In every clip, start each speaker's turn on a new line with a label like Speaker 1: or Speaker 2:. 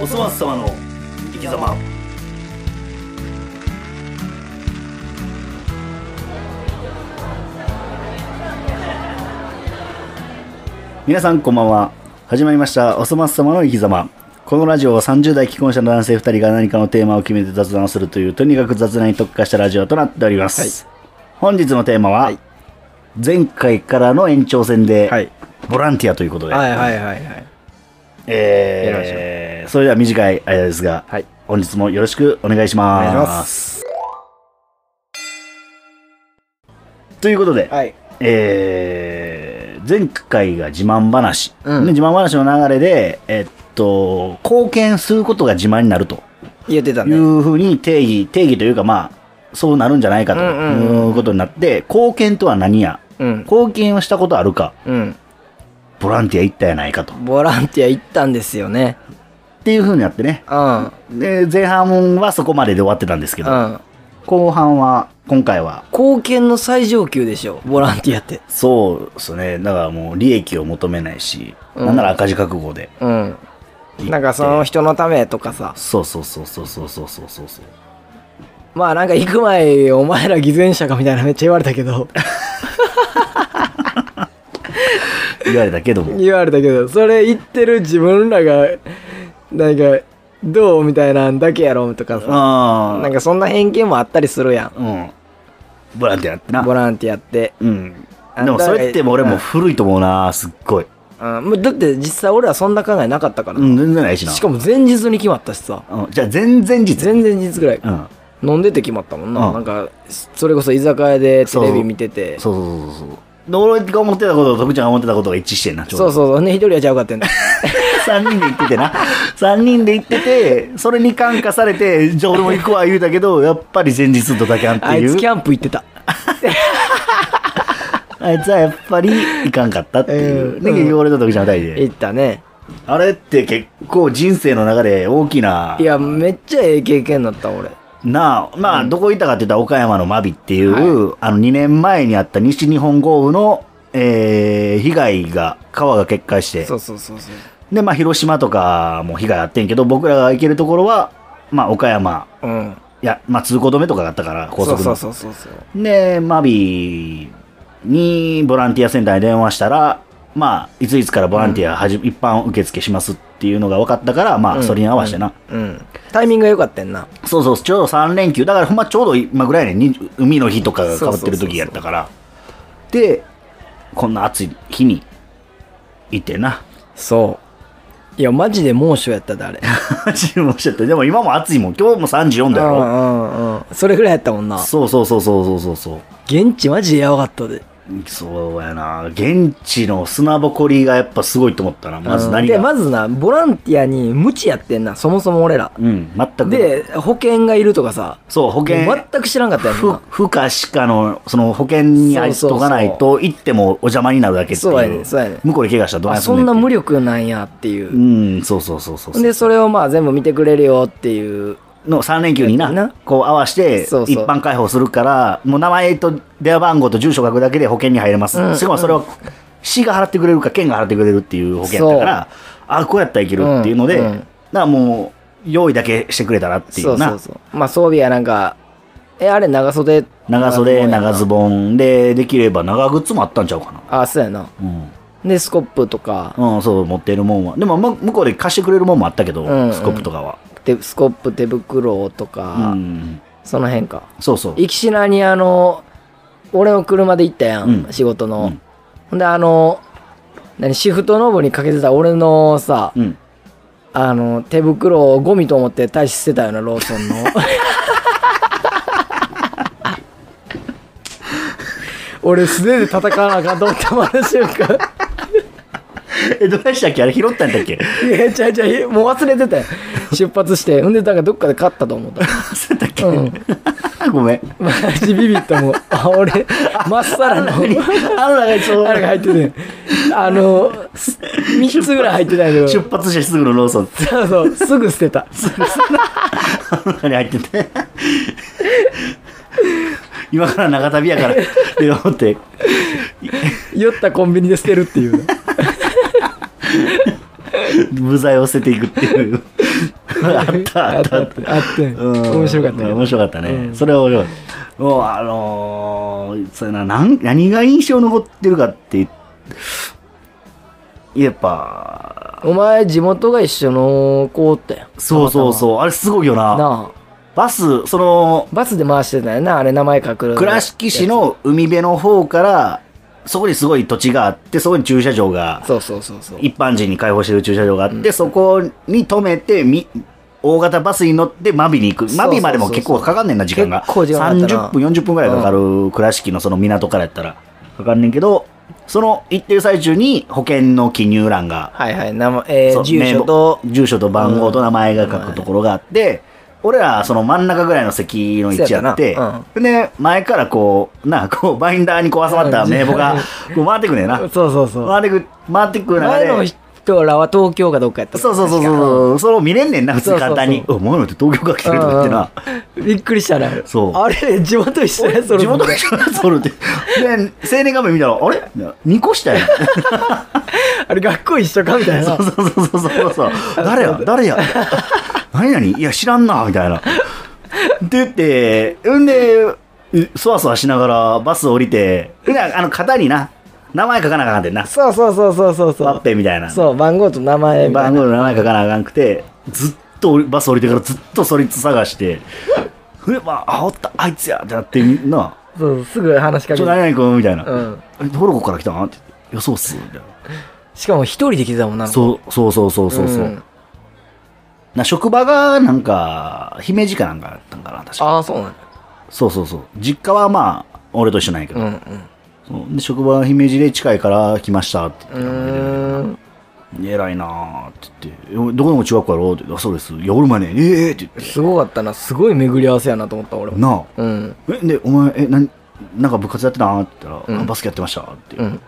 Speaker 1: おそ松様の生き様皆さんこんばんは始まりましたおそ松様の生き様このラジオは30代既婚者の男性2人が何かのテーマを決めて雑談をするというとにかく雑談に特化したラジオとなっております、本日のテーマは、
Speaker 2: はい
Speaker 1: 前回からの延長戦で、
Speaker 2: はい
Speaker 1: ボランティアということで、
Speaker 2: はいはいはいはいやりましょう
Speaker 1: えー、それでは短い間ですが、
Speaker 2: はい
Speaker 1: 本日もよろしくお願いし
Speaker 2: お
Speaker 1: ます。
Speaker 2: 願いします
Speaker 1: ということで、
Speaker 2: はい
Speaker 1: えー前回が自慢話、
Speaker 2: うん
Speaker 1: で自慢話の流れで、えっと、貢献することが自慢になると
Speaker 2: 言ってた
Speaker 1: い
Speaker 2: ね
Speaker 1: うふうに定義、定義というか、まあ、そうなるんじゃないかと
Speaker 2: うんうんうん
Speaker 1: いうことになって、貢献とは何や、
Speaker 2: うん
Speaker 1: 貢献をしたことあるか、
Speaker 2: うん
Speaker 1: ボランティア行ったやないかと。っ
Speaker 2: ボランティア行ったんですよね
Speaker 1: ていうふうになってね、
Speaker 2: うん
Speaker 1: で前半はそこまでで終わってたんですけ
Speaker 2: う
Speaker 1: ど、
Speaker 2: ん
Speaker 1: 後半は今回は
Speaker 2: 貢献の最上級でしょボランティアって
Speaker 1: そうですねだからもう利益を求めないし、
Speaker 2: うん
Speaker 1: なんなら赤字覚悟で
Speaker 2: うん
Speaker 1: 行って
Speaker 2: なんかその人のためとかさ
Speaker 1: そうそうそうそうそうそうそうそうそう
Speaker 2: まあなんか行く前お前ら偽善者かみたいなめっちゃ言われたけ ど
Speaker 1: 言われたけども
Speaker 2: 言われたけどそれ言ってる自分らがなんかどうみたいなんだけやろとかさ
Speaker 1: あ
Speaker 2: な
Speaker 1: あ
Speaker 2: んかそんな偏見もあったりするやん
Speaker 1: うんボランティアやってな
Speaker 2: ボランティアって
Speaker 1: うん
Speaker 2: あ
Speaker 1: でもそれってもう俺も古いと思うなすっごい、
Speaker 2: うん、もうだって実際俺はそんな考えなかったから、
Speaker 1: うん、全然ないしな
Speaker 2: しかも前日に決まったしさ
Speaker 1: うん、じゃあ前々日
Speaker 2: 前々日ぐらい
Speaker 1: うん
Speaker 2: 飲んでて決まったもんな、
Speaker 1: うん
Speaker 2: なんかそれこそ居酒屋でテレビ見ててそう
Speaker 1: そうそうそうそうで俺が思ってたことと徳ちゃんが思ってたことが一致してんなちょうど
Speaker 2: そうそうね一人はちゃうかってん だ
Speaker 1: 3人で行っててな3人で行っててそれに感化されてじゃあ俺も行くわ言うたけどやっぱり前日ドタキャンって
Speaker 2: あい
Speaker 1: い
Speaker 2: つキ
Speaker 1: う
Speaker 2: ャンプ行ってた
Speaker 1: あいつはやっぱり行かんかったっていう、
Speaker 2: うん
Speaker 1: で結局俺と時ちゃん二人で
Speaker 2: 行ったね
Speaker 1: あれって結構人生の中で大きない
Speaker 2: やめっちゃええ経験だった俺
Speaker 1: なあまあどこ行ったかって言ったら岡山の真備っていう、
Speaker 2: は
Speaker 1: あの2年前にあった西日本豪雨の、えー被害が川が決壊して
Speaker 2: そうそうそうそう
Speaker 1: でまあ広島とかも被害あってんけど僕らが行けるところはまあ岡山
Speaker 2: うん
Speaker 1: いや、まあ、通行止めとかがあったから、高
Speaker 2: そう
Speaker 1: 速
Speaker 2: そ
Speaker 1: の
Speaker 2: う。そうそうそう
Speaker 1: で、マビにボランティアセンターに電話したら、まあ、いついつからボランティアはじ、一般受付しますっていうのが分かったから、ま
Speaker 2: う
Speaker 1: あ、
Speaker 2: ん
Speaker 1: それに合わせてな。
Speaker 2: うんタイミングが良かったんな
Speaker 1: そうそう、ちょうど3連休。だから、ほんまちょうど今ぐらいやねに海の日とかが被ってる時やったから。で、こんな暑い日に、いてな。
Speaker 2: そういやマジで猛暑やったであれ
Speaker 1: 注文しちゃって。でも今も暑いもん。今日も34
Speaker 2: う
Speaker 1: だ
Speaker 2: ん
Speaker 1: よ。
Speaker 2: うんうんそれぐらいやったもんな
Speaker 1: そうそうそうそうそうそうそう。
Speaker 2: 現地マジでやばかったで
Speaker 1: そうやな現地の砂ぼこりがやっぱすごいと思ったなまず何
Speaker 2: で
Speaker 1: が、
Speaker 2: まずなボランティアに無知やってんなそもそも俺ら
Speaker 1: うん全く
Speaker 2: で保険がいるとかさ
Speaker 1: そう保険
Speaker 2: もう全く知らんかったやん
Speaker 1: ふ
Speaker 2: な
Speaker 1: 負かしかのその保険に入っとかないと行ってもお邪魔になるだけっていう
Speaker 2: そうやねんそうやねん
Speaker 1: 向こうで怪我したらどうや
Speaker 2: あ
Speaker 1: すん
Speaker 2: そ
Speaker 1: ね
Speaker 2: ん
Speaker 1: ん
Speaker 2: な無
Speaker 1: 理
Speaker 2: 力なんやっていううん
Speaker 1: そうそうそうそうそう
Speaker 2: でそれをまあ全部見てくれるよっていう
Speaker 1: の3連休にな
Speaker 2: な
Speaker 1: こう合わせて
Speaker 2: そう
Speaker 1: 一
Speaker 2: そう
Speaker 1: 般開放するからもう名前と電話番号と住所書くだけで保険に入れます、
Speaker 2: うん
Speaker 1: しかもそれは市が払ってくれるか県が払ってくれるっていう保険だからあこうやったらいけるっていうので、
Speaker 2: うんうん
Speaker 1: だからもう用意だけしてくれたらってい
Speaker 2: そうう
Speaker 1: な
Speaker 2: そうそうまあ装備やなんかえあれ長袖
Speaker 1: 長袖長ズ
Speaker 2: ボ
Speaker 1: ボンでできれば長靴もあったんちゃうかな
Speaker 2: ンあそうやな
Speaker 1: うん
Speaker 2: でスコップとか
Speaker 1: うん、そう持ってるもんはでもま向こうで貸してくれるもんもあったけど、
Speaker 2: うんうん
Speaker 1: スコップとかは、
Speaker 2: でスコップ手袋と
Speaker 1: う
Speaker 2: か、
Speaker 1: ん、
Speaker 2: その辺か
Speaker 1: そうそう
Speaker 2: 行きしなにあの俺の車で行ったやん、
Speaker 1: うん
Speaker 2: 仕事
Speaker 1: う
Speaker 2: の
Speaker 1: ん、
Speaker 2: ほんであの何シフトノブにかけてた俺のさ、
Speaker 1: うん
Speaker 2: あの手袋をゴミと思って大使捨てたようなローソンの 俺素手で叩かなあかんと思ったまの瞬間
Speaker 1: えどうでしたっけあれ拾ったんだっ け
Speaker 2: いやちゃいちゃいもう忘れてたよ出発してほんでなんかどっかで勝ったと思った
Speaker 1: 忘れたっけ、
Speaker 2: うん
Speaker 1: ごめん
Speaker 2: マジビビったもんあ俺まっさら の
Speaker 1: あの中にそう
Speaker 2: あれが入ってて、あの、3つぐらい入ってたんやけ
Speaker 1: 出
Speaker 2: ど、
Speaker 1: 発してすぐのローソンって
Speaker 2: そうそう、すぐ捨てた。
Speaker 1: あの中に入ってて 今から長旅やからって思って
Speaker 2: 酔ったコンビニで捨てるっていう。
Speaker 1: 無罪を捨てていくっていうあったあ
Speaker 2: あ
Speaker 1: っ
Speaker 2: った
Speaker 1: た
Speaker 2: あったあってん
Speaker 1: うん
Speaker 2: 面白かったけど
Speaker 1: 面白かったね、
Speaker 2: うん
Speaker 1: それは面白かったもうあのーそうやななん何が印象残ってるかってやっぱ
Speaker 2: お前地元が一緒の子おったやん
Speaker 1: そうそう
Speaker 2: う
Speaker 1: そうあれすごいよな
Speaker 2: なあ
Speaker 1: バスその
Speaker 2: バスで回してたよなあれ名前隠る
Speaker 1: 倉敷市の海辺の方からそこにすごい土地があってそこに駐車場が
Speaker 2: そうそうそうそう
Speaker 1: 一般人に開放してる駐車場があって、そこに止めてみ大型バスに乗ってマビに行く
Speaker 2: そう
Speaker 1: マ
Speaker 2: そうそうそう
Speaker 1: ビまでも結構かかんねんな時間が
Speaker 2: 結構時間かかったな
Speaker 1: 30分40分ぐらいかかる倉敷のその港からやったらかかんねんけどその行ってる最中に保険の記入欄が
Speaker 2: はいはい名前、え
Speaker 1: そ
Speaker 2: ー、
Speaker 1: う
Speaker 2: 住
Speaker 1: 名簿
Speaker 2: 所と
Speaker 1: 住所と番号と名前が書くところがあって、俺らその真ん中ぐらいの席の位置やって
Speaker 2: そうやな
Speaker 1: で前からこうなこうバインダーにこう挟まった名簿がこう回ってくねんな
Speaker 2: そうそうそう
Speaker 1: 回ってく回ってく中
Speaker 2: 前
Speaker 1: で
Speaker 2: の人らは東京かどっかやった
Speaker 1: そうそうそう
Speaker 2: 確か
Speaker 1: そうそれを見れんねんな普通に簡単に「
Speaker 2: そ
Speaker 1: お前のって東京から来てる」とか言ってな
Speaker 2: うんびっくりしたな
Speaker 1: そう
Speaker 2: あれ地元一緒やそれ
Speaker 1: 地元の人がそるってで青年画面見たら「あれ ?2 個下やん」
Speaker 2: あれ学校一緒かみたい
Speaker 1: そ
Speaker 2: な
Speaker 1: うそうそうそうそうそう誰 や誰や何何いや知らんなみたいな。って言ってんでうそわそわしながらバス降りてであの型にな名前書かなあかんてんな
Speaker 2: そうそうそうそうそうそ
Speaker 1: ワッ
Speaker 2: う
Speaker 1: ペンみたいな
Speaker 2: そう番号と名前みたい
Speaker 1: 番
Speaker 2: な
Speaker 1: 号の名前書かなあかんくてずっと降りバス降りてからずっとそいつ探してふればあおったあいつやってなってみんな
Speaker 2: そうすぐ話
Speaker 1: 「
Speaker 2: し
Speaker 1: ちょ
Speaker 2: かけ
Speaker 1: 何
Speaker 2: て
Speaker 1: 々君」みたいな
Speaker 2: う
Speaker 1: 「
Speaker 2: ん
Speaker 1: えトルコから来たん?」って言って「いやそうっす」みたいな
Speaker 2: しかも一人で来てたもんな
Speaker 1: そうそうそうそうそうそう、
Speaker 2: ん
Speaker 1: な職場がなんか姫路かなんかだったんかな確か
Speaker 2: ああそうなんだ
Speaker 1: そうそうそう実家はまあ俺と一緒なんやけ
Speaker 2: う
Speaker 1: ど、
Speaker 2: んうん
Speaker 1: そうで職場は姫路で近いから来ましたって
Speaker 2: うーん
Speaker 1: 偉いなーって言ってえ「どこでも中学校やろ?」って「あそうですいや俺もやねんええー」って言っ
Speaker 2: すごかったなすごい巡り合わせやなと思った俺
Speaker 1: て
Speaker 2: も
Speaker 1: なあ
Speaker 2: うん
Speaker 1: えでお前えなんなんか部活やってたんって言ったら、
Speaker 2: うん
Speaker 1: あバスケやってましたって、
Speaker 2: う
Speaker 1: い
Speaker 2: ん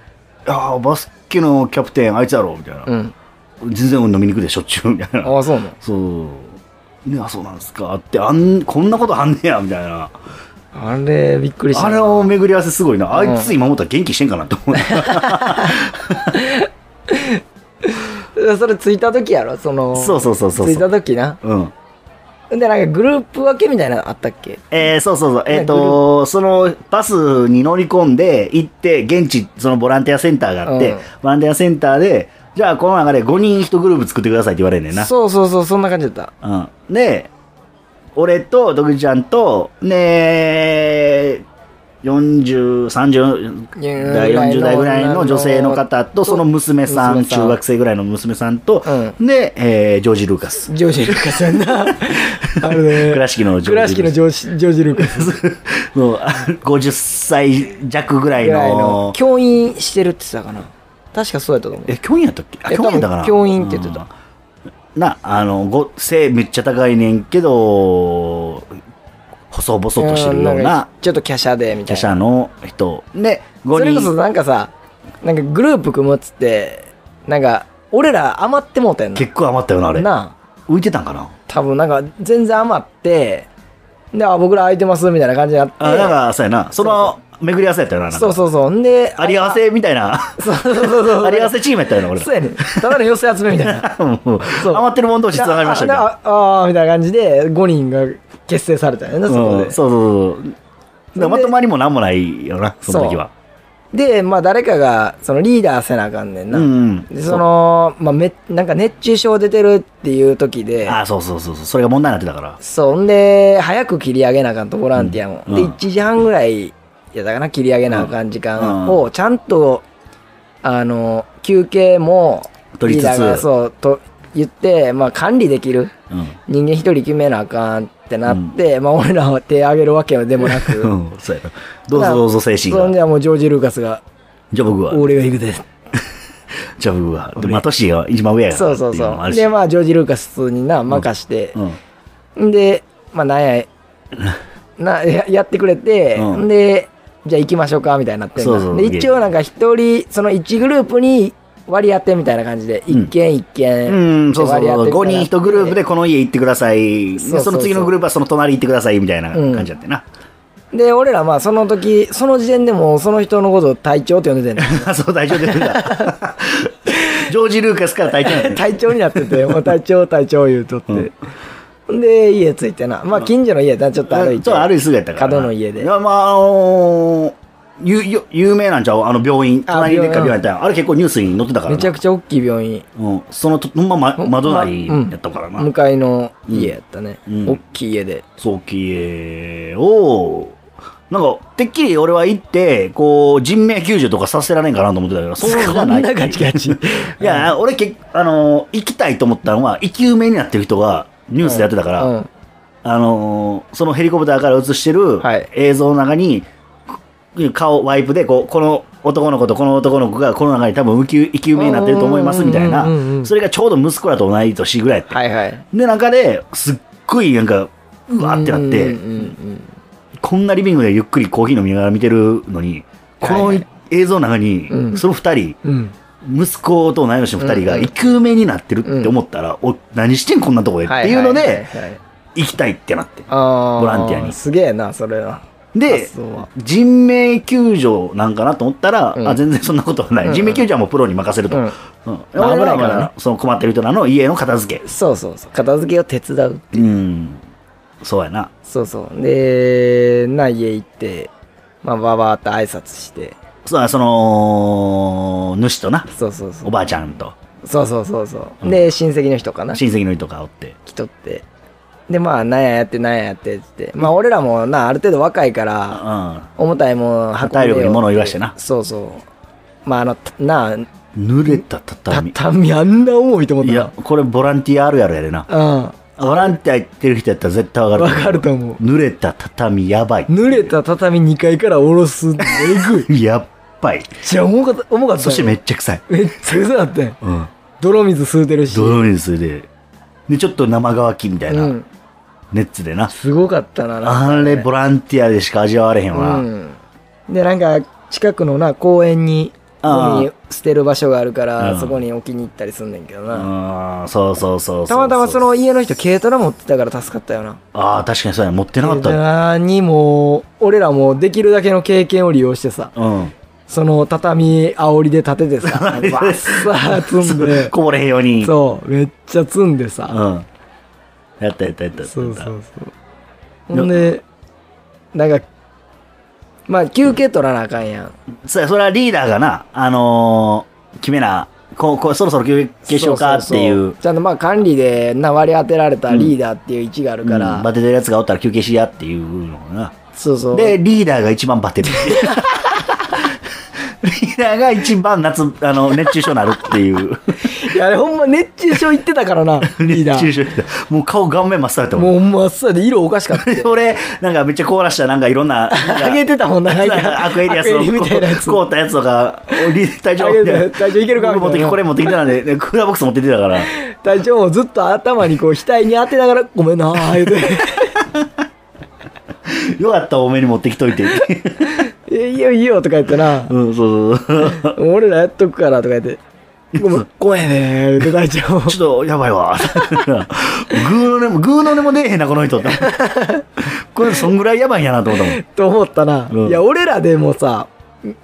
Speaker 1: やーバスケのキャプテンあいつやろみたいな、
Speaker 2: うん
Speaker 1: 全然飲みに行くでしょっちゅうみたいな
Speaker 2: ああそうなん
Speaker 1: そうねあそうなんですかってあんこんなことあんねやみたいな
Speaker 2: あれびっくりした
Speaker 1: あ
Speaker 2: な
Speaker 1: れを巡り合わせすごいな。あ
Speaker 2: うん
Speaker 1: いつ今思ったら元気してんかなって思う ね。
Speaker 2: それ着いた時やろその
Speaker 1: そうそうそうそう
Speaker 2: 着いた時な
Speaker 1: うん。
Speaker 2: でなんかグループ分けみたいなのあったっけ
Speaker 1: えー、そうそうそう。えっ、
Speaker 2: グル
Speaker 1: と、そのバスに乗り込んで行って、現地、そのボランティアセンターがあって、
Speaker 2: うん
Speaker 1: ボランティアセンターで、じゃあこの中で5人1グループ作ってくださいって言われんねんな。
Speaker 2: そうそうそうそんな感じだった
Speaker 1: うん。で、俺とドグちゃんと、ね40、30、
Speaker 2: だ
Speaker 1: 代40代ぐらいの女性の方と、その娘さん、
Speaker 2: 娘さん
Speaker 1: 中学生ぐらいの娘さんと、
Speaker 2: う
Speaker 1: で、えージョージ・ルーカス。
Speaker 2: ジョージ・ルーカスやん なあれね
Speaker 1: 倉敷のジョージ・
Speaker 2: 倉敷のジョージジョージ・ルーカス
Speaker 1: もうあ50歳弱ぐらい
Speaker 2: ぐらいの
Speaker 1: の。
Speaker 2: 教員してるって言ってたかな確かそうやったと思う
Speaker 1: え、教員やったっけあ、
Speaker 2: え
Speaker 1: 教員やったかな
Speaker 2: 多分教員って言ってた
Speaker 1: うんな、あの、ご背めっちゃ高いねんけど、細々としてるようんな
Speaker 2: かちょっと華奢でみた
Speaker 1: 華
Speaker 2: いな
Speaker 1: 奢の人。で、
Speaker 2: それ
Speaker 1: 5
Speaker 2: こそ
Speaker 1: 人。
Speaker 2: なんかさなんかグループ組むっつってなんか俺ら余ってもうたやんな
Speaker 1: 結構余ったよな、あれ。
Speaker 2: なあ
Speaker 1: 浮いてたんかな
Speaker 2: 多分なんか全然余ってであ僕ら空いてますみたいな感じになって
Speaker 1: あ、なんか、そうやな。その、巡り合わせやったよな、なんか
Speaker 2: そうそうそう。んで、
Speaker 1: あり合わせみたいな。
Speaker 2: そうそうそうそ う。
Speaker 1: あり合わせチームやったよな、俺ら
Speaker 2: そうやねん。ただの寄せ集めみたい な。
Speaker 1: もう
Speaker 2: そう
Speaker 1: 余ってるもん同士つながりましたけ
Speaker 2: な
Speaker 1: ど。
Speaker 2: なああーみたいな感じで、5人が結成されたよね、そこ
Speaker 1: う
Speaker 2: で
Speaker 1: ん、。そうそうそう。だからまとまりもなんもないよな、その時は。
Speaker 2: で、まあ、誰かが、そのリーダーせなあかんねんな。
Speaker 1: うんうん
Speaker 2: で、その、まあ、め、なんか熱中症出てるっていう時で、
Speaker 1: あそうそうそうそうそれが問題になってたから
Speaker 2: そう、んで、早く切り上げなあかんと、ボランティアも。
Speaker 1: うん
Speaker 2: で、
Speaker 1: うん
Speaker 2: 1時半ぐらい、やだかな、切り上げなあかん時間を、ちゃんと、あの、休憩も、
Speaker 1: 取りつつ
Speaker 2: リーダーがそう、と言って、まあ、管理できる。
Speaker 1: う
Speaker 2: 人間一人決めなあかんってなって、まあ俺らは手挙げるわけでもなく
Speaker 1: ん、うん、そうやな どうぞどうぞ精神
Speaker 2: そん
Speaker 1: が
Speaker 2: じゃもうジョージ・ルーカスが
Speaker 1: じゃあ僕
Speaker 2: 「
Speaker 1: は
Speaker 2: 俺が行くで」
Speaker 1: じゃあ僕はでまあ年が一番上やから
Speaker 2: そうそう
Speaker 1: っていのも
Speaker 2: そ
Speaker 1: あ
Speaker 2: う
Speaker 1: るし
Speaker 2: でまあジョージ・ルーカス普通にな任して
Speaker 1: う、ん
Speaker 2: でまあなん やなややってくれて、
Speaker 1: うん
Speaker 2: でじゃあ行きましょうかみたいになってんな
Speaker 1: そうそう
Speaker 2: で一応なんか一人その1グループに割り当てみたいな感じで
Speaker 1: ん
Speaker 2: 一軒一軒
Speaker 1: うん、そうそう
Speaker 2: 割り当てみたい
Speaker 1: 5
Speaker 2: な
Speaker 1: 人1グループでこの家行ってください
Speaker 2: そうそうそう
Speaker 1: その次のグループはその隣行ってくださいみたいな感じだってな、
Speaker 2: で俺らまあその時その時点でもうその人のことを隊長って呼んでてん の
Speaker 1: そう大丈夫です かジョージ・ルーカスから大丈夫
Speaker 2: 隊長になっててもう隊長隊長言うとって、
Speaker 1: ん
Speaker 2: で家着いてなまあ近所の家だちょっと歩いて
Speaker 1: ちょっと歩いてすぐやったからな
Speaker 2: 角の家で
Speaker 1: いやまああのーゆゆ有名なんちゃうあの病院
Speaker 2: あ
Speaker 1: 隣にでっかい病院やっ
Speaker 2: 病
Speaker 1: たやんあれ結構ニュースに載ってたから
Speaker 2: め
Speaker 1: な
Speaker 2: ちゃくちゃ大きい病院
Speaker 1: うん、そのとほんま、ま、
Speaker 2: ほん
Speaker 1: 窓ない
Speaker 2: まうん
Speaker 1: やったからな、
Speaker 2: 向かいの家やったね、
Speaker 1: うん
Speaker 2: 大きい家で
Speaker 1: 早期へをなんかてっきり俺は行ってこう人命救助とかさせられんかなと思ってたけどそうじゃない
Speaker 2: そんなガチガチ
Speaker 1: いや俺けあの行きたいと思ったのは生き埋めになってる人がニュースでやってたから、
Speaker 2: うん
Speaker 1: あのーそのヘリコプターから映してる
Speaker 2: はい
Speaker 1: 映像の中に、こ顔ワイプでこうこの男の子とこの男の子がこの中に多分浮き生き埋めになってると思いますみたい
Speaker 2: うんうんうんう
Speaker 1: なんそれがちょうど息子らと同い年ぐらいやって、
Speaker 2: はいはい
Speaker 1: で中ですっごいなんかうわーってなって、
Speaker 2: うんうんうん
Speaker 1: こんなリビングでゆっくりコーヒー飲みながら見てるのにこ
Speaker 2: は
Speaker 1: の
Speaker 2: い
Speaker 1: 映像の中に、
Speaker 2: うん
Speaker 1: その2人
Speaker 2: うんうん
Speaker 1: 息子と同い年の2人が
Speaker 2: うんうん
Speaker 1: 生き埋めになってるって思ったら、お何してんこんなとこで、っていうの
Speaker 2: はいはい
Speaker 1: で
Speaker 2: はいはい
Speaker 1: 行きたいってなって
Speaker 2: あー
Speaker 1: ボランティアに
Speaker 2: すげえなそれは
Speaker 1: で
Speaker 2: 発想は
Speaker 1: 人命救助なんかなと思ったら、
Speaker 2: うん
Speaker 1: あ全然そんなことはない、
Speaker 2: うんうん
Speaker 1: 人命救助はもうプロに任せると、
Speaker 2: う
Speaker 1: うんん俺らは
Speaker 2: 危ないからな
Speaker 1: その困ってる人らの家の片付け
Speaker 2: そうそうそう片付けを手伝う
Speaker 1: うんそうやな
Speaker 2: そうそうでな家行ってまあババーって挨拶して
Speaker 1: そうやその主とな
Speaker 2: そうそうそ
Speaker 1: お
Speaker 2: う
Speaker 1: ばあちゃんと
Speaker 2: そうそうそうそう、
Speaker 1: うん
Speaker 2: で親戚の人かな
Speaker 1: 親戚の人がおって
Speaker 2: 来とってでまあなんややってなんややってっつってまあ俺らもなある程度若いから
Speaker 1: う
Speaker 2: 重たいもん運んでよ
Speaker 1: 体力に物を言わしてな
Speaker 2: そうそうまああのたなあ
Speaker 1: ん濡れた畳
Speaker 2: 畳あんな重いと思った
Speaker 1: いやこれボランティアあるやろやでな
Speaker 2: うん
Speaker 1: ボランティア行ってる人やったら絶対わかる
Speaker 2: わかると思う
Speaker 1: 濡れた畳やばい
Speaker 2: 濡れた畳2階から下ろすのえ ぐいめっ
Speaker 1: やっばい
Speaker 2: ちゃ重かった重かったよ
Speaker 1: そしてめっちゃ臭い、
Speaker 2: めっちゃ臭かったよ
Speaker 1: うん、
Speaker 2: 泥水吸うてるし
Speaker 1: 泥水ででちょっと生乾きみたいな、
Speaker 2: うん、
Speaker 1: 熱でな
Speaker 2: すごかったななん
Speaker 1: あ
Speaker 2: か
Speaker 1: れ
Speaker 2: ね
Speaker 1: ボランティアでしか味わわれへんわ、
Speaker 2: うん、でなんか近くのな公園に
Speaker 1: ああ
Speaker 2: ゴミ捨てる場所があるか
Speaker 1: う
Speaker 2: ら
Speaker 1: ん
Speaker 2: そこに置きに行ったりすんねんけど
Speaker 1: う
Speaker 2: な、
Speaker 1: ん、そうそうそうう
Speaker 2: たまたまその家の人軽トラ持ってたから助かったよな
Speaker 1: ああ確かにそうや持ってなかっ
Speaker 2: 軽
Speaker 1: た
Speaker 2: トラにも俺らもできるだけの経験を利用してさ
Speaker 1: うん
Speaker 2: その畳煽りで立ててさ バ
Speaker 1: で
Speaker 2: ッサー積 ん で
Speaker 1: こぼれへんようにう、
Speaker 2: そうめっちゃ積んでさ、
Speaker 1: ん、やったやったやったやった
Speaker 2: そうそうそうほんでなんかまあ休憩取らなあかんやん
Speaker 1: そうやそれはリーダーがなあのー、決めなこうこうそろそろ休憩しようかってい
Speaker 2: そそうそちゃんとまあ管理でな割り当てられたリーダーっていう位置がある
Speaker 1: う
Speaker 2: か
Speaker 1: ん
Speaker 2: ら、
Speaker 1: バテてるやつがおったら休憩しやっていうのかな
Speaker 2: そうそう
Speaker 1: で、リーダーが一番バテる。 リーダーが一番夏、あの、熱中症になるっていう。
Speaker 2: いやあれほんま熱中症いってたからなリーダ
Speaker 1: 熱中
Speaker 2: ー
Speaker 1: 症だもう顔顔面真っ青だったもん。
Speaker 2: もうほんまあっさりで色おかしかったよ
Speaker 1: 俺、なんかめっちゃ凍らした、なんかいろん な、なんか
Speaker 2: あげてたもんななんか
Speaker 1: アクエリアスの
Speaker 2: アクエリみたいなやつ
Speaker 1: 凍ったやつとか、リ体調
Speaker 2: あげて体調いけるか
Speaker 1: 僕持ってき
Speaker 2: みたいな
Speaker 1: これ持ってきてたんで、ねクーラーボックス持ってきてたから。
Speaker 2: 隊長もずっと頭にこう額に当てながら「ごめんな」言うて
Speaker 1: よかった、多めに持ってきといて。
Speaker 2: 「えいいよいいよ」とか言ってな
Speaker 1: うん、そうそうそう。
Speaker 2: 「俺らやっとくから」とか言って「ごめんごめんね」言うて隊長
Speaker 1: ちょっとやばいわ。グーの根も、グーの根も出えへんな、この 人って。これ、そんぐらいやばいんやなと思ったもん。
Speaker 2: と思ったな、
Speaker 1: うん
Speaker 2: いや俺らでもさ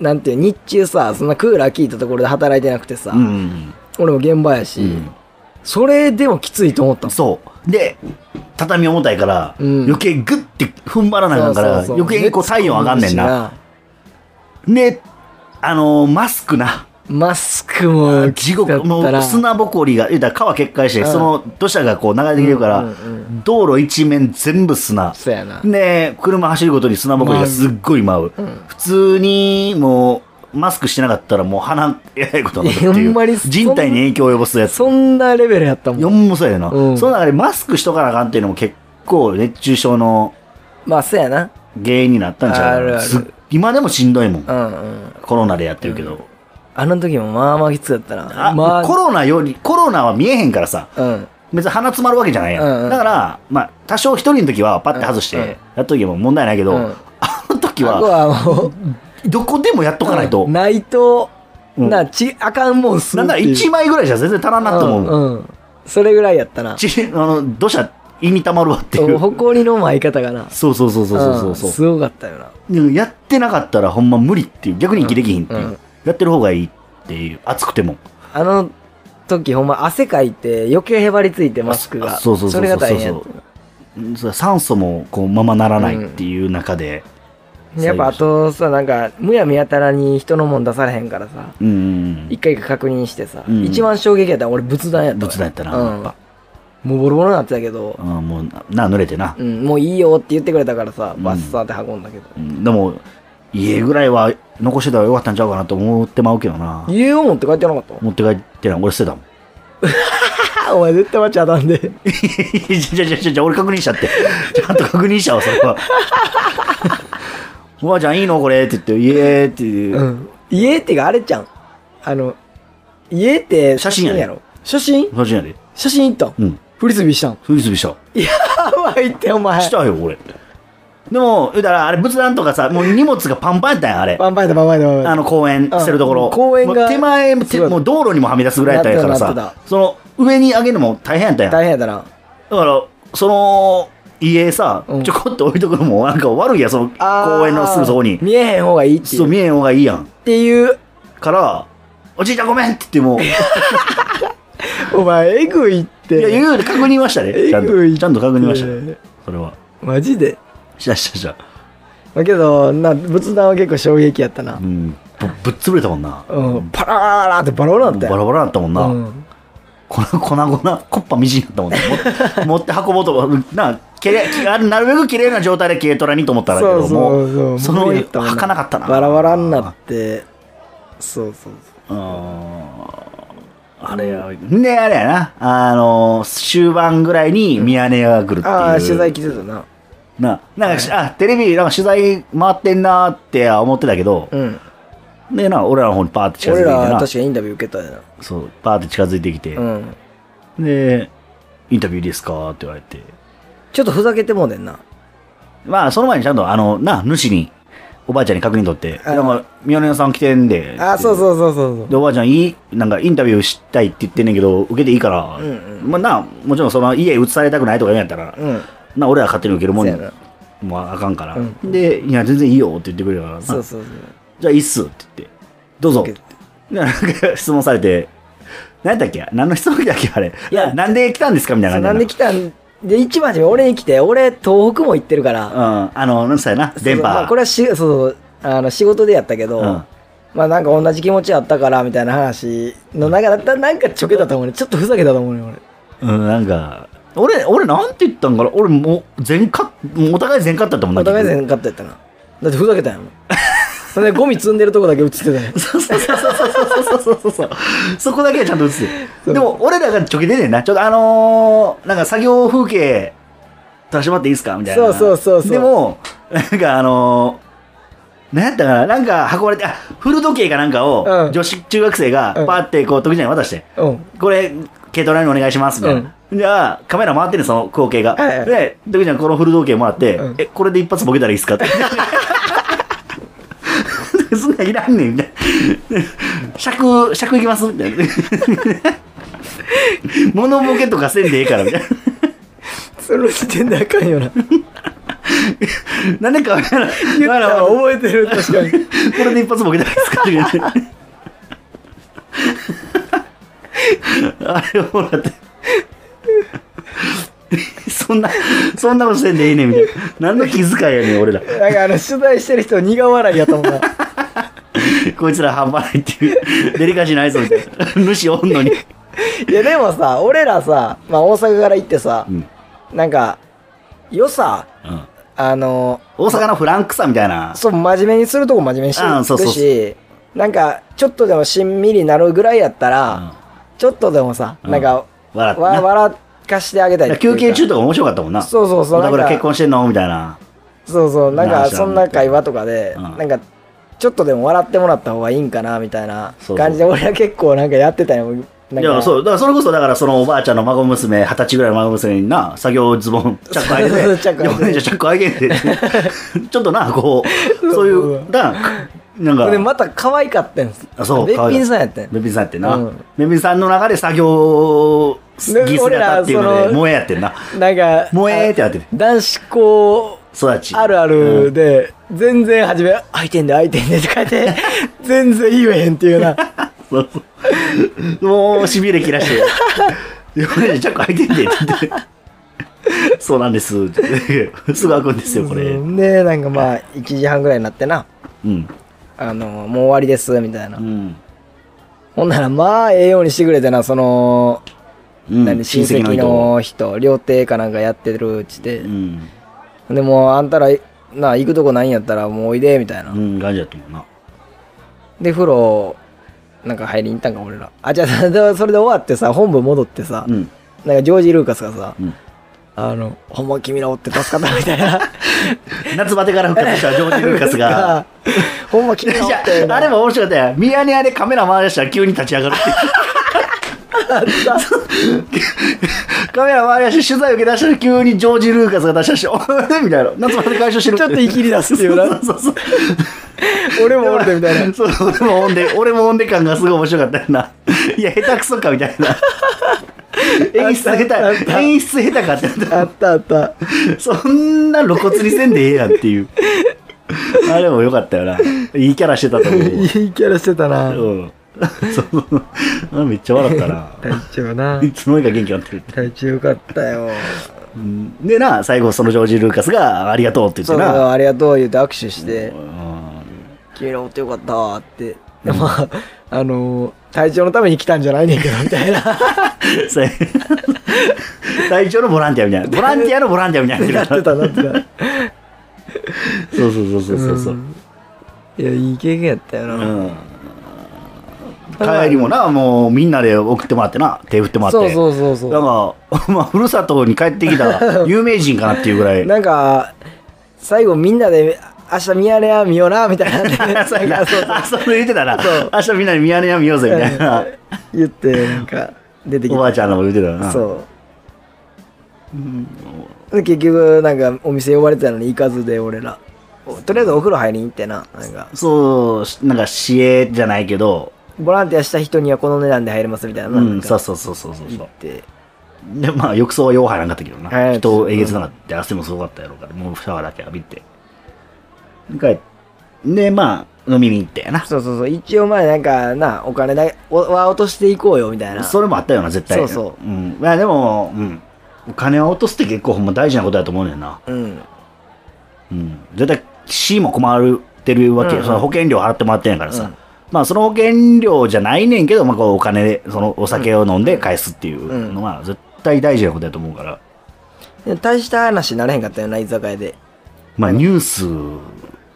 Speaker 2: なんていう日中さそんなクーラー効いたところで働いてなくてさ、
Speaker 1: うん
Speaker 2: 俺も現場やし、それでもきついと思ったもん
Speaker 1: そうで畳重たいから、
Speaker 2: うん
Speaker 1: 余計グッて踏ん張らなあかんから
Speaker 2: そうそうそう
Speaker 1: 余計にこう体温上がんねんなであのーマスクな
Speaker 2: マスクも
Speaker 1: 地
Speaker 2: きつか
Speaker 1: 獄
Speaker 2: っ
Speaker 1: も
Speaker 2: た
Speaker 1: う
Speaker 2: な
Speaker 1: 砂ぼこりが言うたら川決壊して、
Speaker 2: うん
Speaker 1: その土砂がこう流れてきてるから、
Speaker 2: うんうんう
Speaker 1: 道路一面全部砂
Speaker 2: そうやな
Speaker 1: で車走るごとに砂ぼこりがすっごい舞う、
Speaker 2: うん
Speaker 1: 普通にもうマスクしてなかったらもう鼻えらいことになるって
Speaker 2: いや
Speaker 1: い
Speaker 2: ほんまに
Speaker 1: う
Speaker 2: そん
Speaker 1: 人体に影響を及ぼすやつ
Speaker 2: そんなレベルやったも
Speaker 1: 4
Speaker 2: ん
Speaker 1: もそうやな、
Speaker 2: うん
Speaker 1: その中でマスクしとかなあかんっていうのも結構熱中症の
Speaker 2: まあそうやな
Speaker 1: 原因になったんちゃう
Speaker 2: あるある
Speaker 1: すっ今でもしんどいもん、
Speaker 2: うんうん
Speaker 1: コロナでやってるけど、
Speaker 2: あの時もまあまあきつかったな
Speaker 1: あ
Speaker 2: まあ
Speaker 1: コロナよりコロナは見えへんからさ
Speaker 2: うん
Speaker 1: 別に鼻詰まるわけじゃないやん、
Speaker 2: うんうん
Speaker 1: だから、まあ、多少一人の時はパッて外して
Speaker 2: うんうん
Speaker 1: やった時も問題ないけど、
Speaker 2: うん
Speaker 1: あの時
Speaker 2: あと
Speaker 1: は
Speaker 2: はもう
Speaker 1: どこでもやっとかないと、
Speaker 2: うん ないと
Speaker 1: うん
Speaker 2: なちあかんもんす
Speaker 1: な
Speaker 2: る
Speaker 1: んなら1枚ぐらいじゃ全然足らんなと思う、
Speaker 2: んうんそれぐらいやったな
Speaker 1: ちあの土砂意味たまるわっていう
Speaker 2: 誇りの舞い方がな
Speaker 1: そうそうそうそうそうそうそう、
Speaker 2: んすごかったよな
Speaker 1: でもやってなかったらほんま無理っていう逆に息できひんっていう、
Speaker 2: うんうん
Speaker 1: やってる方がいいっていう暑くても
Speaker 2: あの時ほんま汗かいて余計へばりついてマスク
Speaker 1: あ
Speaker 2: が
Speaker 1: そうそうそうそう
Speaker 2: れが大変やっ
Speaker 1: そうそ
Speaker 2: た
Speaker 1: うんそう酸素もこうままならないっていう中で、
Speaker 2: やっぱあとさなんかむやみやたらに人のもん出されへんからさ
Speaker 1: うん
Speaker 2: 一回か確認してさ、
Speaker 1: うん
Speaker 2: 一番衝撃やったら俺仏壇やったわ
Speaker 1: 仏壇やったな、
Speaker 2: う
Speaker 1: やっ
Speaker 2: ん
Speaker 1: ぱ、
Speaker 2: もうボロボロになってたけど
Speaker 1: う、ん、もうなな濡れてな
Speaker 2: う、ん、もういいよって言ってくれたからさ
Speaker 1: うん
Speaker 2: バッサーって運んだけど、
Speaker 1: うんでも家ぐらいは残してたらよかったんちゃうかなと思ってまうけどな
Speaker 2: 家を持って帰ってなかった
Speaker 1: 持って帰ってない俺捨てたもん
Speaker 2: あお前絶対待ち当たんで
Speaker 1: じゃじゃじゃじゃ俺確認しちゃってちゃんと確認しちゃおうそれ はおばあちゃんいいのこれって言って「いえ」っていう、
Speaker 2: うん家ってかあれじゃんあの家って
Speaker 1: 写真やね
Speaker 2: ろ写真
Speaker 1: そっちやで
Speaker 2: 写真行ったん
Speaker 1: うん
Speaker 2: フリスビーしたん
Speaker 1: フリスビーした
Speaker 2: やばいってお前
Speaker 1: したよ俺でも言うたらあれ仏壇とかさもう荷物がパンパンやったんやあれ
Speaker 2: バンパイだバンパイだバンパ
Speaker 1: あ
Speaker 2: イだ
Speaker 1: の公園してるところ、
Speaker 2: うん公園が
Speaker 1: もう手前も
Speaker 2: そうだ
Speaker 1: もう道路にもはみ出すぐらいやったんやから
Speaker 2: なってたなっ
Speaker 1: さ
Speaker 2: て
Speaker 1: その上に上げるのも大変やったんやん
Speaker 2: 大変やったな
Speaker 1: だからその家さ
Speaker 2: うん
Speaker 1: ちょこっと置いとくのもなんか悪いやんその
Speaker 2: あー
Speaker 1: 公園のすぐそこに
Speaker 2: 見えへん方がいいってい
Speaker 1: そう
Speaker 2: うっ
Speaker 1: 見えん方がいいやん
Speaker 2: ていう
Speaker 1: から「おじいちゃんごめん」って言ってもいや
Speaker 2: お前えぐいって
Speaker 1: 言うより確認はしたねちゃん
Speaker 2: えぐい
Speaker 1: とちゃんと確認はした
Speaker 2: え
Speaker 1: ね
Speaker 2: ー
Speaker 1: それは
Speaker 2: マジで
Speaker 1: したしたした
Speaker 2: まあけどな仏壇は結構衝撃やったな
Speaker 1: うんぶぶっ潰れたもんな
Speaker 2: うん、パラーラーってバローラーだった
Speaker 1: バ
Speaker 2: よ
Speaker 1: ラバラだったもんな、
Speaker 2: うん
Speaker 1: 粉粉々コッパみじんだ ったもんねも持って運ぼうと思うなきれいなるべく綺麗な状態で軽トラにと思ったらけ
Speaker 2: そう
Speaker 1: ど
Speaker 2: そ
Speaker 1: も
Speaker 2: うそう
Speaker 1: その
Speaker 2: 無理やったもん
Speaker 1: 履かなかったな
Speaker 2: バラバラになってそうそう
Speaker 1: うーんあれやであれやなあの終盤ぐらいにミヤネ屋が来るっていう
Speaker 2: そうああ取材来てたな
Speaker 1: ななんかし、あテレビなんか取材回ってんなーって思ってたけど、
Speaker 2: うん
Speaker 1: でな俺らの方にパーって近づい
Speaker 2: 俺
Speaker 1: てきて
Speaker 2: ら
Speaker 1: な
Speaker 2: 確かインタビュー受けたよ
Speaker 1: そうパーって近づいてきて、
Speaker 2: なうん
Speaker 1: でインタビューですかって言われて
Speaker 2: ちょっとふざけてもうねんな
Speaker 1: まあ、その前にちゃんと、あの、な、主に、おばあちゃんに確認取って、
Speaker 2: あ
Speaker 1: なんか、ミヤネ屋さん来てんで。
Speaker 2: あそう
Speaker 1: う。
Speaker 2: そうそうそう
Speaker 1: で、
Speaker 2: そう
Speaker 1: おばあちゃん、いい、なんか、インタビューしたいって言ってんねんけど、受けていいから、
Speaker 2: うん
Speaker 1: まあ、な、もちろん、その、家移されたくないとか言うんやったら、
Speaker 2: うん
Speaker 1: な、俺ら勝手に受けるもん
Speaker 2: そうや
Speaker 1: もうあかんから、
Speaker 2: う
Speaker 1: で、いや、全然いいよって言ってくれるから、
Speaker 2: そう
Speaker 1: あ
Speaker 2: そうそう
Speaker 1: じゃあ、いいっすって言って、どうぞ。
Speaker 2: 受け
Speaker 1: でなんか、質問されて、何やったっけ何の質問だっけあれ。いや、なんで来たんですかみたいな
Speaker 2: そ
Speaker 1: 感
Speaker 2: う
Speaker 1: じや
Speaker 2: なんで来たんで一番初め俺に来て俺東北も行ってるから
Speaker 1: うん。あの、なんつったやな、
Speaker 2: そう
Speaker 1: 電波。
Speaker 2: まあこれはしそうそうあの仕事でやったけど、
Speaker 1: うん
Speaker 2: まあなんか同じ気持ちやったからみたいな話の中だったらなんかちょけたと思うねちょっとふざけたと思うね俺
Speaker 1: うん、なんか、俺、俺なんて言ったんかな俺もう全勝っ、もうお互い全勝ったと思う
Speaker 2: お互い全カットやったなだってふざけたんやもんそれでゴミ積んでるとこだけ映ってたね
Speaker 1: そうそうそうそうそうそうそう そう。そこだけはちゃんと映って
Speaker 2: そ
Speaker 1: る。
Speaker 2: う
Speaker 1: でも、俺らがちょけてんねんな。ちょっとあのー、なんか作業風景、撮らせてもらっていいですかみたいな。
Speaker 2: そうそうそうそう
Speaker 1: でも、なんかあのー、なんやったかななんか運ばれて、あ、古時計かなんかを、
Speaker 2: うん
Speaker 1: 女子中学生が
Speaker 2: うん
Speaker 1: パーってこう、徳ちゃんに渡して、
Speaker 2: うん
Speaker 1: これ、軽トラにお願いします、みたいな。じゃあ、カメラ回ってるその光景が。
Speaker 2: はいはい
Speaker 1: で、ドキちゃん、この古時計もらって、
Speaker 2: うん
Speaker 1: え、これで一発ボケたらいいですかって。 そんなんいらんねん、みたいな。尺、尺いきますみたいな。 物ボケとかせんでええから、みたいな。
Speaker 2: その時点であかんよな言っ
Speaker 1: なんでかわからん
Speaker 2: たら覚えてる確かに
Speaker 1: これで一発ボケたらいいですかって言って。あれをもらって。そんな、そんなことせんでいいねんみたいな。何の気遣いやねん、俺ら。
Speaker 2: なんかあの取材してる人苦笑いや と思うな
Speaker 1: こいつら半端ないっていう、デリカシーないぞみたいな。主おんのに。
Speaker 2: いやでもさ俺らさ、まあ、大阪から行ってさ
Speaker 1: うん。
Speaker 2: なんかよさ
Speaker 1: うん
Speaker 2: あの
Speaker 1: 大阪のフランクさみたいな。
Speaker 2: そう、真面目にするとこ真面目にして
Speaker 1: あーそうそう
Speaker 2: るし、なんか、ちょっとでもしんみりなるぐらいやったら、
Speaker 1: うん
Speaker 2: ちょっとでもさ、
Speaker 1: うん
Speaker 2: なんか、
Speaker 1: 笑って
Speaker 2: わ
Speaker 1: な。
Speaker 2: 笑かしてあげたいっていう
Speaker 1: 休
Speaker 2: か
Speaker 1: 憩中とか面白かったもんな。
Speaker 2: そうそうそう、
Speaker 1: だ
Speaker 2: なん
Speaker 1: から
Speaker 2: か、
Speaker 1: 結婚してんのみたいな。
Speaker 2: そうそう、なん
Speaker 1: な
Speaker 2: か、
Speaker 1: あ知ら
Speaker 2: そ
Speaker 1: ん
Speaker 2: んな会話とかで、
Speaker 1: うん
Speaker 2: なんか、ちょっとでも笑ってもらった方がいいんかな、みたいな
Speaker 1: そうそう
Speaker 2: 感じで、俺は結構なんかやってたよ。なん
Speaker 1: いや、
Speaker 2: か
Speaker 1: そう、だからそれこそ、だからそのおばあちゃんの孫娘、二十歳ぐらいの孫娘にな、作業ズボン、チャック開け
Speaker 2: そうそう
Speaker 1: て、
Speaker 2: チャック開けて
Speaker 1: いやお姉ちゃんチャック開けて、ちょっとな、こう、そういう、だ、なんか、
Speaker 2: で、また可愛かったんです。
Speaker 1: あそう
Speaker 2: べっぴんさんやったん
Speaker 1: めびんさんやってな、
Speaker 2: うん
Speaker 1: めびんさんの中で作業
Speaker 2: ね
Speaker 1: ギスだったっていう
Speaker 2: 俺
Speaker 1: の
Speaker 2: ら
Speaker 1: で、
Speaker 2: その
Speaker 1: 萌えやってんな。
Speaker 2: なんか、
Speaker 1: 萌えってなってる
Speaker 2: あ男子校
Speaker 1: 育ち。
Speaker 2: あるあ
Speaker 1: うん
Speaker 2: るで、全然初め、開いてんで開いてんでと か言って、全然言えへんっていうな。
Speaker 1: そうそうもう、しびれ切らして、いやお姉ちゃんチャック開いてんでって言って。そうなんです。すぐ開くんですよ、これ。
Speaker 2: うんでなんかまあ1時半ぐらいになってな
Speaker 1: うん。
Speaker 2: あのもう終わりですみたいな、
Speaker 1: うん。
Speaker 2: ほんならまあええようにしてくれてなその、
Speaker 1: うん
Speaker 2: 何親戚の人料亭かなんかやってるうちで
Speaker 1: う、ん。
Speaker 2: でもあんたらな行くとこないんやったらもうおいでみたいな、
Speaker 1: うん、感じだったもんな。
Speaker 2: で風呂なんか入りに行ったんか俺らあじゃあ でそれで終わってさ本部戻ってさ、
Speaker 1: うん。
Speaker 2: なんかジョージ・ルーカスがさ
Speaker 1: うん
Speaker 2: 「あのほんま君らおって助かった」みたいな
Speaker 1: 夏バテから復活したジョー ジ・ルーカス が。
Speaker 2: 「ほんま君らお
Speaker 1: じゃ
Speaker 2: って」
Speaker 1: あ、あれも面白かったよ。ミヤネ屋でカメラ回り出したら急に立ち上がるってい うカメラ回り出して取材受け出したら急にジョージ・ルーカスが出したし、おいみ たいな。夏バテ解消してる
Speaker 2: ちょっとイキり出すっていうな
Speaker 1: そうそうそう。
Speaker 2: 俺も俺でみたいな
Speaker 1: そう、俺もオンで、俺もオンで感がすごい面白かったよな。いや、下手くそかみたいな。演出下
Speaker 2: あったあっ
Speaker 1: 手、
Speaker 2: た
Speaker 1: 演出下手かってな った
Speaker 2: あったあった
Speaker 1: そんな露骨にせんでええやんって いう。あれも良かったよな。いいキャラしてたと思
Speaker 2: いいキャラしてたな
Speaker 1: う。うん。そう あれめっちゃ笑ったな。
Speaker 2: 体調ない
Speaker 1: つの間にか元気になってるって。
Speaker 2: 体調よかったよ
Speaker 1: うんでな、最後そのジョージ・ルーカスがありがとうって言っ
Speaker 2: そう
Speaker 1: て
Speaker 2: そう
Speaker 1: な。
Speaker 2: ありがとう言うて握手して
Speaker 1: うん
Speaker 2: 「君らおってよかったわ」ってで まああのー体調のために来たんじゃないねんけどみたい な
Speaker 1: そ れ隊長のボランティアみたいな。ボランティアのボランティアみたいな。
Speaker 2: なってたなってた
Speaker 1: そうそうそうそうそうそう。
Speaker 2: んいやいい経験やったよな、
Speaker 1: うん帰りもな、もうみんなで送ってもらってな、手振ってもらって。
Speaker 2: そうそうそうそう
Speaker 1: なんか、ま あ、ふるさとに帰ってき た有名人かなっていうぐらい。
Speaker 2: なんか最後みんなで明日ミヤネ屋見ようなみたい な
Speaker 1: そうや
Speaker 2: なん
Speaker 1: な
Speaker 2: かそう
Speaker 1: あ、それ言ってたな
Speaker 2: そう。
Speaker 1: 明日みんなでミヤネ屋見ようぜ、みたいな。
Speaker 2: 言ってなんか出て き
Speaker 1: おばあちゃんのも言ってた
Speaker 2: た
Speaker 1: な。
Speaker 2: そうで結局なんかお店呼ばれてたのに行かずで俺らおとりあえずお風呂入りに行ってななんか
Speaker 1: そうし、なんか、市営じゃないけど、
Speaker 2: ボランティアした人にはこの値段で入れますみたいな,、
Speaker 1: うん、
Speaker 2: なんか
Speaker 1: そうそうそうそうそう
Speaker 2: 行
Speaker 1: そ
Speaker 2: って
Speaker 1: う。で、まあ、浴槽はよう入らんかったけど
Speaker 2: は
Speaker 1: な。
Speaker 2: い
Speaker 1: 人をえげつなかって、汗もすごかったやろうから、もうシャワーだけ浴びて。帰って、で、まあ、飲みに行ったやな。
Speaker 2: そうそうそう一応前なんかなお金だけおは落としていこうよみたいな
Speaker 1: それもあったよな絶対
Speaker 2: そうそ
Speaker 1: ん、いやでも、うん、お金を落とすって結構ほんま大事なことだと思うねんな、
Speaker 2: うん
Speaker 1: うん、絶対 C も困ってるわけ、
Speaker 2: うんうん
Speaker 1: その保険料払ってもらってんやからさ、
Speaker 2: うん
Speaker 1: まあその保険料じゃないねんけど、まあ、こうお金でそのお酒を飲んで返すっていうのは絶対大事なことだと思うから、
Speaker 2: でも大した話になれへんかったよな居酒屋で
Speaker 1: まあニュース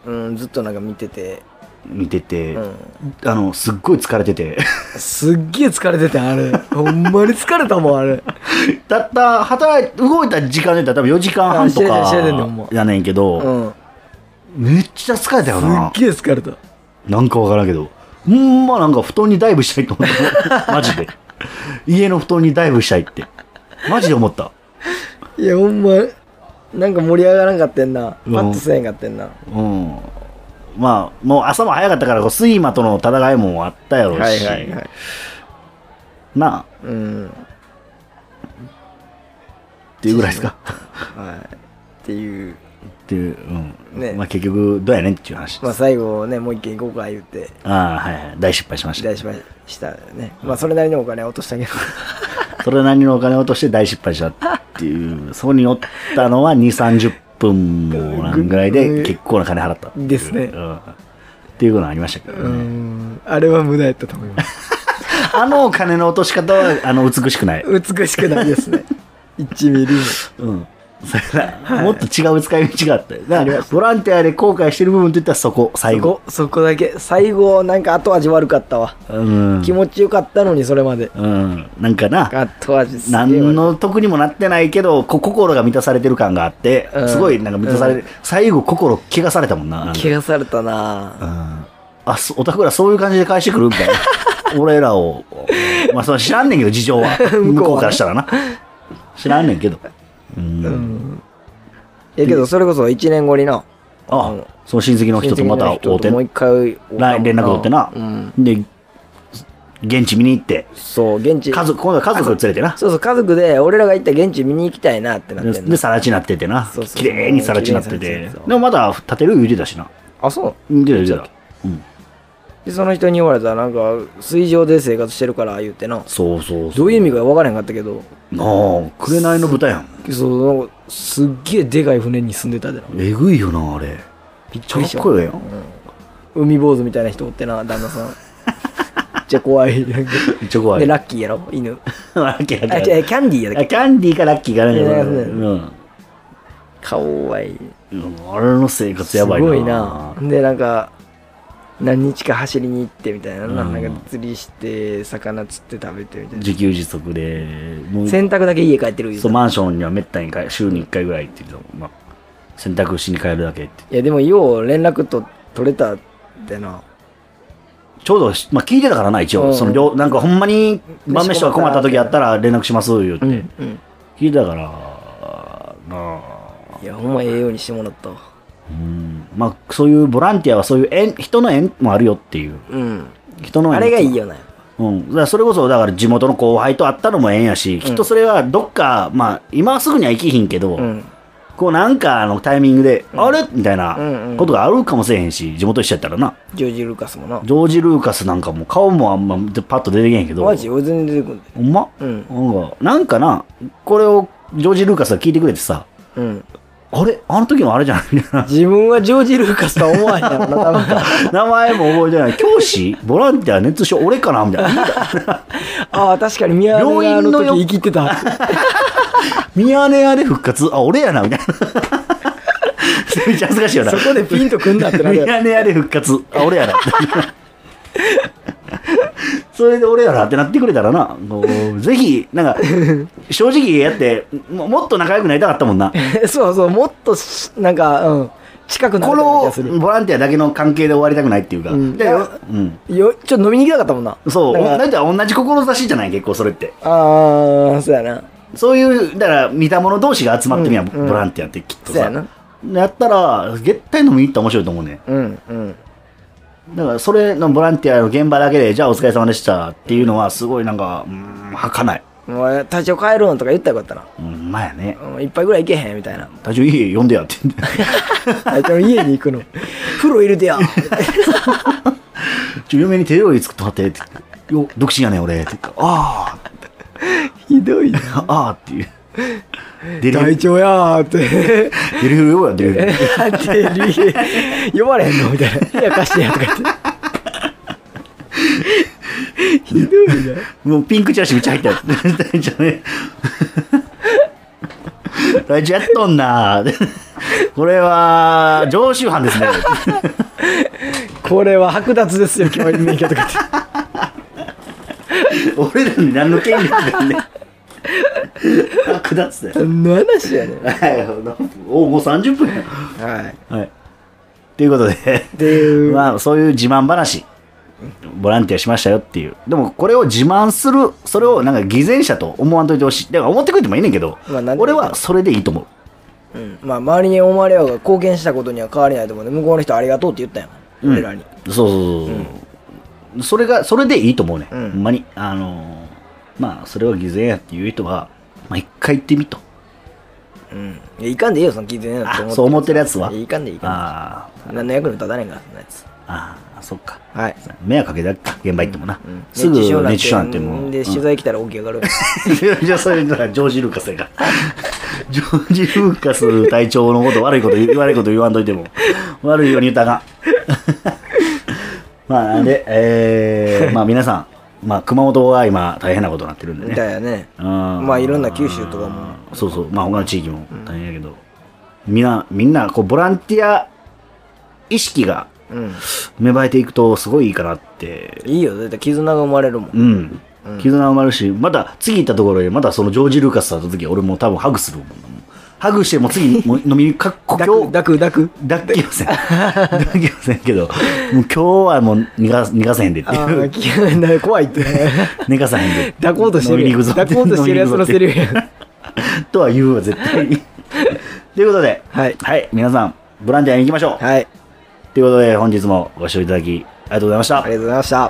Speaker 2: うんずっとなんか見てて
Speaker 1: 見てて、
Speaker 2: うん
Speaker 1: あのすっごい疲れてて
Speaker 2: すっげえ疲れてたあれ ほんまに疲れたもんあれ
Speaker 1: たった働い動いた時間で言ったら多分4時間半と
Speaker 2: あ知れてる知れてるほんま
Speaker 1: かやねんけど、
Speaker 2: うん
Speaker 1: めっちゃ疲れたよな
Speaker 2: すっげえ疲れた
Speaker 1: なんかわからんけど、ほんまなんか布団にダイブしたいと思った。 マジで。家の布団にダイブしたいって。マジで思った。
Speaker 2: いやほんまなんか盛り上がらんかってんなパ
Speaker 1: うん
Speaker 2: ッとせえへんかってんな
Speaker 1: うん。まあ、もう朝も早かったから、こう睡魔との戦いもあったやろうし、
Speaker 2: い
Speaker 1: なあ、
Speaker 2: うん
Speaker 1: っていうぐらいですか。
Speaker 2: はいっていう
Speaker 1: っていう、うん。
Speaker 2: ね
Speaker 1: まあ結局、どうやねんっていう話で。
Speaker 2: ますあ最後ねもう一軒行こうか言って
Speaker 1: ああ、はいはい。大失敗しまし
Speaker 2: 期
Speaker 1: た。
Speaker 2: 待しましたねまあそれなりのお金は落としたけど
Speaker 1: それなりのお金を落として大失敗したっていう、そこにおったのは2、30分もなんぐらいで結構な金払ったっていう
Speaker 2: ですね
Speaker 1: うん。っていうのありましたけどね。
Speaker 2: んあれは無駄やったと思います
Speaker 1: あのお金の落とし方は、あの、美しくない。
Speaker 2: 美しくないで すね1ミリも
Speaker 1: うん。それなもっと違う使い道があったよだから、ボランティアで後悔してる部分といったらそこ、最
Speaker 2: そ
Speaker 1: 後。
Speaker 2: こそこだけ最後なんか後味悪かったわ
Speaker 1: うん。
Speaker 2: 気持ちよかったのにそれまで
Speaker 1: うん。なんかな、
Speaker 2: 後味すげえ悪い
Speaker 1: 何の得にもなってないけど、こ心が満たされてる感があって
Speaker 2: う、ん
Speaker 1: すごいなんか満たされる。最後、心、汚されたもんな。なんか
Speaker 2: 気がされた
Speaker 1: う。
Speaker 2: なん
Speaker 1: あ、そおたくらそういう感じで返してくるみ たいな。俺らを、まあ、その知らんねんけど、事情 は。
Speaker 2: うはね
Speaker 1: 向こうからしたらな。知らんねんけど。うん
Speaker 2: いやけどそれこそ1年後にな
Speaker 1: あ
Speaker 2: うん
Speaker 1: その親戚の人とまた会
Speaker 2: 親戚の
Speaker 1: う
Speaker 2: 人と
Speaker 1: て
Speaker 2: もう一回会うたもん
Speaker 1: 来連絡取ってな
Speaker 2: うん
Speaker 1: で現地見に行って
Speaker 2: そう現地
Speaker 1: 家族今度は家族連れてな
Speaker 2: そうそう家族で俺らが行った現地見に行きたいなってなって
Speaker 1: で
Speaker 2: んの
Speaker 1: でさら地になっててな
Speaker 2: そうそう
Speaker 1: 綺麗にさら地になって
Speaker 2: 綺麗
Speaker 1: て
Speaker 2: に更地になってて
Speaker 1: でもまだ建てる言うてたしな
Speaker 2: あそう
Speaker 1: 言うてた言うてたうん
Speaker 2: でその人に言われたらなんか水上で生活してるから言ってな
Speaker 1: そうそうそ
Speaker 2: ど
Speaker 1: う
Speaker 2: ういう意味か分からへんかったけど
Speaker 1: なあ紅の豚やん
Speaker 2: そうなんかすっげえでかい船に住んでたでな
Speaker 1: えぐいよなあれ
Speaker 2: びっく
Speaker 1: か
Speaker 2: り
Speaker 1: っ
Speaker 2: した
Speaker 1: こいいやん
Speaker 2: 海坊主みたいな人おってな旦那 さんめっちゃ怖いなんか
Speaker 1: めっちゃ怖い
Speaker 2: でラッキーやろ犬
Speaker 1: ラッキー
Speaker 2: あ
Speaker 1: ラッ
Speaker 2: 違
Speaker 1: キ
Speaker 2: うキャンディーや
Speaker 1: ー
Speaker 2: で
Speaker 1: あキャンディーかラッキーかなんか
Speaker 2: いやそうだよ
Speaker 1: うん
Speaker 2: かわいい
Speaker 1: うんあれの生活やばい
Speaker 2: す
Speaker 1: な
Speaker 2: ごいなでなんか何日か走りに行ってみたいな,、
Speaker 1: うん
Speaker 2: なんか釣りして魚釣って食べてみたいな
Speaker 1: 自給自足でもう
Speaker 2: 洗濯だけ家帰ってる言う
Speaker 1: そ
Speaker 2: て
Speaker 1: う
Speaker 2: た
Speaker 1: マンションにはめったにか週に1回ぐらいって言ってたもんな洗濯しに帰るだけって
Speaker 2: いやでもよう連絡と取れたってな
Speaker 1: ちょうどし、まあ、聞いてたからな一応、
Speaker 2: うん
Speaker 1: その両なんかほんまに晩飯とか困った時あったら連絡しますよって、
Speaker 2: うんうん
Speaker 1: 聞いてたからなあ
Speaker 2: いやほんまええようにしてもらったわ
Speaker 1: うんまあそういうボランティアはそういう縁人の縁もあるよっていう
Speaker 2: うん
Speaker 1: 人の縁
Speaker 2: あれがいいよな
Speaker 1: うん、だからそれこそだから地元の後輩と会ったのもええんやし、きっとそれはどっか、まあ、今はすぐには行きひんけど、
Speaker 2: うん
Speaker 1: こうなんかのタイミングで、あれみたい
Speaker 2: うんう
Speaker 1: なんことがあるかもしれへんし、地元一緒やったらな、
Speaker 2: ジョージ・ルーカスもな
Speaker 1: ジョージ・ルーカスなんかも顔もあんまでパッと出てけへんけど、
Speaker 2: マジ俺全然出てくんね
Speaker 1: ほんま、
Speaker 2: うん
Speaker 1: なんか、なんかな、これをジョージ・ルーカスが聞いてくれてさ、
Speaker 2: うん
Speaker 1: あれあの時のあれじゃないみたいな。
Speaker 2: 自分はジョージ・ルーカスとは思わへんやろな 多分
Speaker 1: 名前も覚えてない。教師ボランティア熱唱俺かなみたいな。
Speaker 2: ああ確かに宮根があの時生き てた
Speaker 1: ミヤネ屋で復活あ、俺やなみたいな。めっちゃ恥ずかしいよな。
Speaker 2: そこでピンとくんなってなる
Speaker 1: ミ
Speaker 2: や
Speaker 1: ヤネ屋で復活あ、俺やな。それで俺やなってなってくれたらな、こうぜひ、なんか、正直やっても、もっと仲良くなりたかったもんな。
Speaker 2: ろ そうそうもっとしなんか、うん、近くな
Speaker 1: こ
Speaker 2: る気がす
Speaker 1: の
Speaker 2: る
Speaker 1: ボランティアだけの関係で終わりたくないっていうか、
Speaker 2: うん
Speaker 1: で
Speaker 2: いや
Speaker 1: うん、
Speaker 2: よちょっと飲みに行きたかったもんな
Speaker 1: そう、
Speaker 2: だから
Speaker 1: なんて同じ志じゃない、結構それって。
Speaker 2: ああそうやな
Speaker 1: そういう、だから見た者同士が集まってみや、
Speaker 2: うんうん
Speaker 1: ボランティアってきっと
Speaker 2: そう
Speaker 1: さ。
Speaker 2: やな
Speaker 1: やったら、絶対飲みに行ったら面白いと思うね。
Speaker 2: うんうん
Speaker 1: だから、それのボランティアの現場だけで、じゃあお疲れ様でしたっていうのは、すごいなんか、うーん、はかない。
Speaker 2: もう体調変えるんとか言ったらよかったな
Speaker 1: うん、まあやね。
Speaker 2: うん一杯ぐらい行けへんみたいな
Speaker 1: 体調いい呼んでやって。
Speaker 2: あいつの家に 行くの風呂入れてや
Speaker 1: ちょ、嫁に手料理作ってもらって、ってよ、独身やねん俺、って言って あー
Speaker 2: ひ どいな
Speaker 1: あ、あーっていう。デリフ、
Speaker 2: 体調やーって
Speaker 1: デリフ呼ぶや、デリフ。
Speaker 2: デリ呼ばれへんのみたいな「部屋貸してや」とか言ってひどいな
Speaker 1: もうピンクチラシめっちゃ入ったやつ。大丈夫ね。大丈夫やっとんな。これは常習犯ですね。
Speaker 2: これは剥奪ですよ決まり免許とかって
Speaker 1: 俺らに何の権利もないね。剥奪だよ。
Speaker 2: 何の話やねん
Speaker 1: はいおもう30分や。
Speaker 2: は
Speaker 1: はい。ということで、
Speaker 2: いで
Speaker 1: まあそういう自慢話。ボランティアしましたよっていう。でもこれを自慢する、それをなんか偽善者と思わんといてほしい。だから思ってくれてもいいねんけど、
Speaker 2: まあなんでも
Speaker 1: 俺
Speaker 2: いい
Speaker 1: はそれでいいと思う。
Speaker 2: うんまあ周りに思われようが貢献したことには変わりないと思うんで向こうの人ありがとうって言ったやん俺らに
Speaker 1: そうそうそうそうそれがそれでいいと思うね、
Speaker 2: うん
Speaker 1: ほんまにあのーまあそれは偽善やっていう人は、まあ、一回行ってみと
Speaker 2: うんいやいかんでいいよその聞いてねえな
Speaker 1: あそう思ってるやつはい
Speaker 2: かんでいいかんで
Speaker 1: あー
Speaker 2: 何の役にも立たねえからそんなやつ
Speaker 1: あーそっか
Speaker 2: はい
Speaker 1: 迷惑かけたか現場行ってもな、
Speaker 2: うん
Speaker 1: すぐ熱中症
Speaker 2: な
Speaker 1: なんんてもう
Speaker 2: で
Speaker 1: うん
Speaker 2: 取材来たら起き上がる
Speaker 1: じゃあそれじゃあジョージ・ルーカスやからジョージ・ルーカス隊長のこと悪いこと言う悪い こと言わんといても悪いように言ったらあかん まあなんで えー、まあ皆さん、まあ、熊本は今大変なことになってるんで
Speaker 2: み
Speaker 1: ね
Speaker 2: たいやね ま
Speaker 1: ま
Speaker 2: あいろんな九州とかも
Speaker 1: そうそうまあ他の地域も大変やけど、みんなみんなこうボランティア意識が
Speaker 2: うん
Speaker 1: 芽生えていくとすごいいいかなって
Speaker 2: いいよ絶対絆が生まれるもん
Speaker 1: うん、
Speaker 2: うん
Speaker 1: 絆生まれるしまた次行ったところでまたそのジョージ・ルーカスと会った時俺もう多分ハグするもんハグしてもう 次もう飲みにか故
Speaker 2: 抱
Speaker 1: 郷
Speaker 2: く抱 く抱く
Speaker 1: 抱きません抱きませんけどもう今日はもう逃が逃がせへんでって
Speaker 2: あ
Speaker 1: いう
Speaker 2: あ気がない怖いって
Speaker 1: 寝かさへんで
Speaker 2: 抱こうとして
Speaker 1: 飲み
Speaker 2: る
Speaker 1: に行
Speaker 2: や
Speaker 1: く
Speaker 2: ん
Speaker 1: ぞ
Speaker 2: 抱こうとしてるやつのセリ
Speaker 1: フ
Speaker 2: フや ん
Speaker 1: とは言うわ絶対 にということで
Speaker 2: はい
Speaker 1: はい、皆さん、ボランティアに行きましょう。
Speaker 2: はい
Speaker 1: ということで、本日もご視聴いただき、ありがとうございました
Speaker 2: ありが。とうございました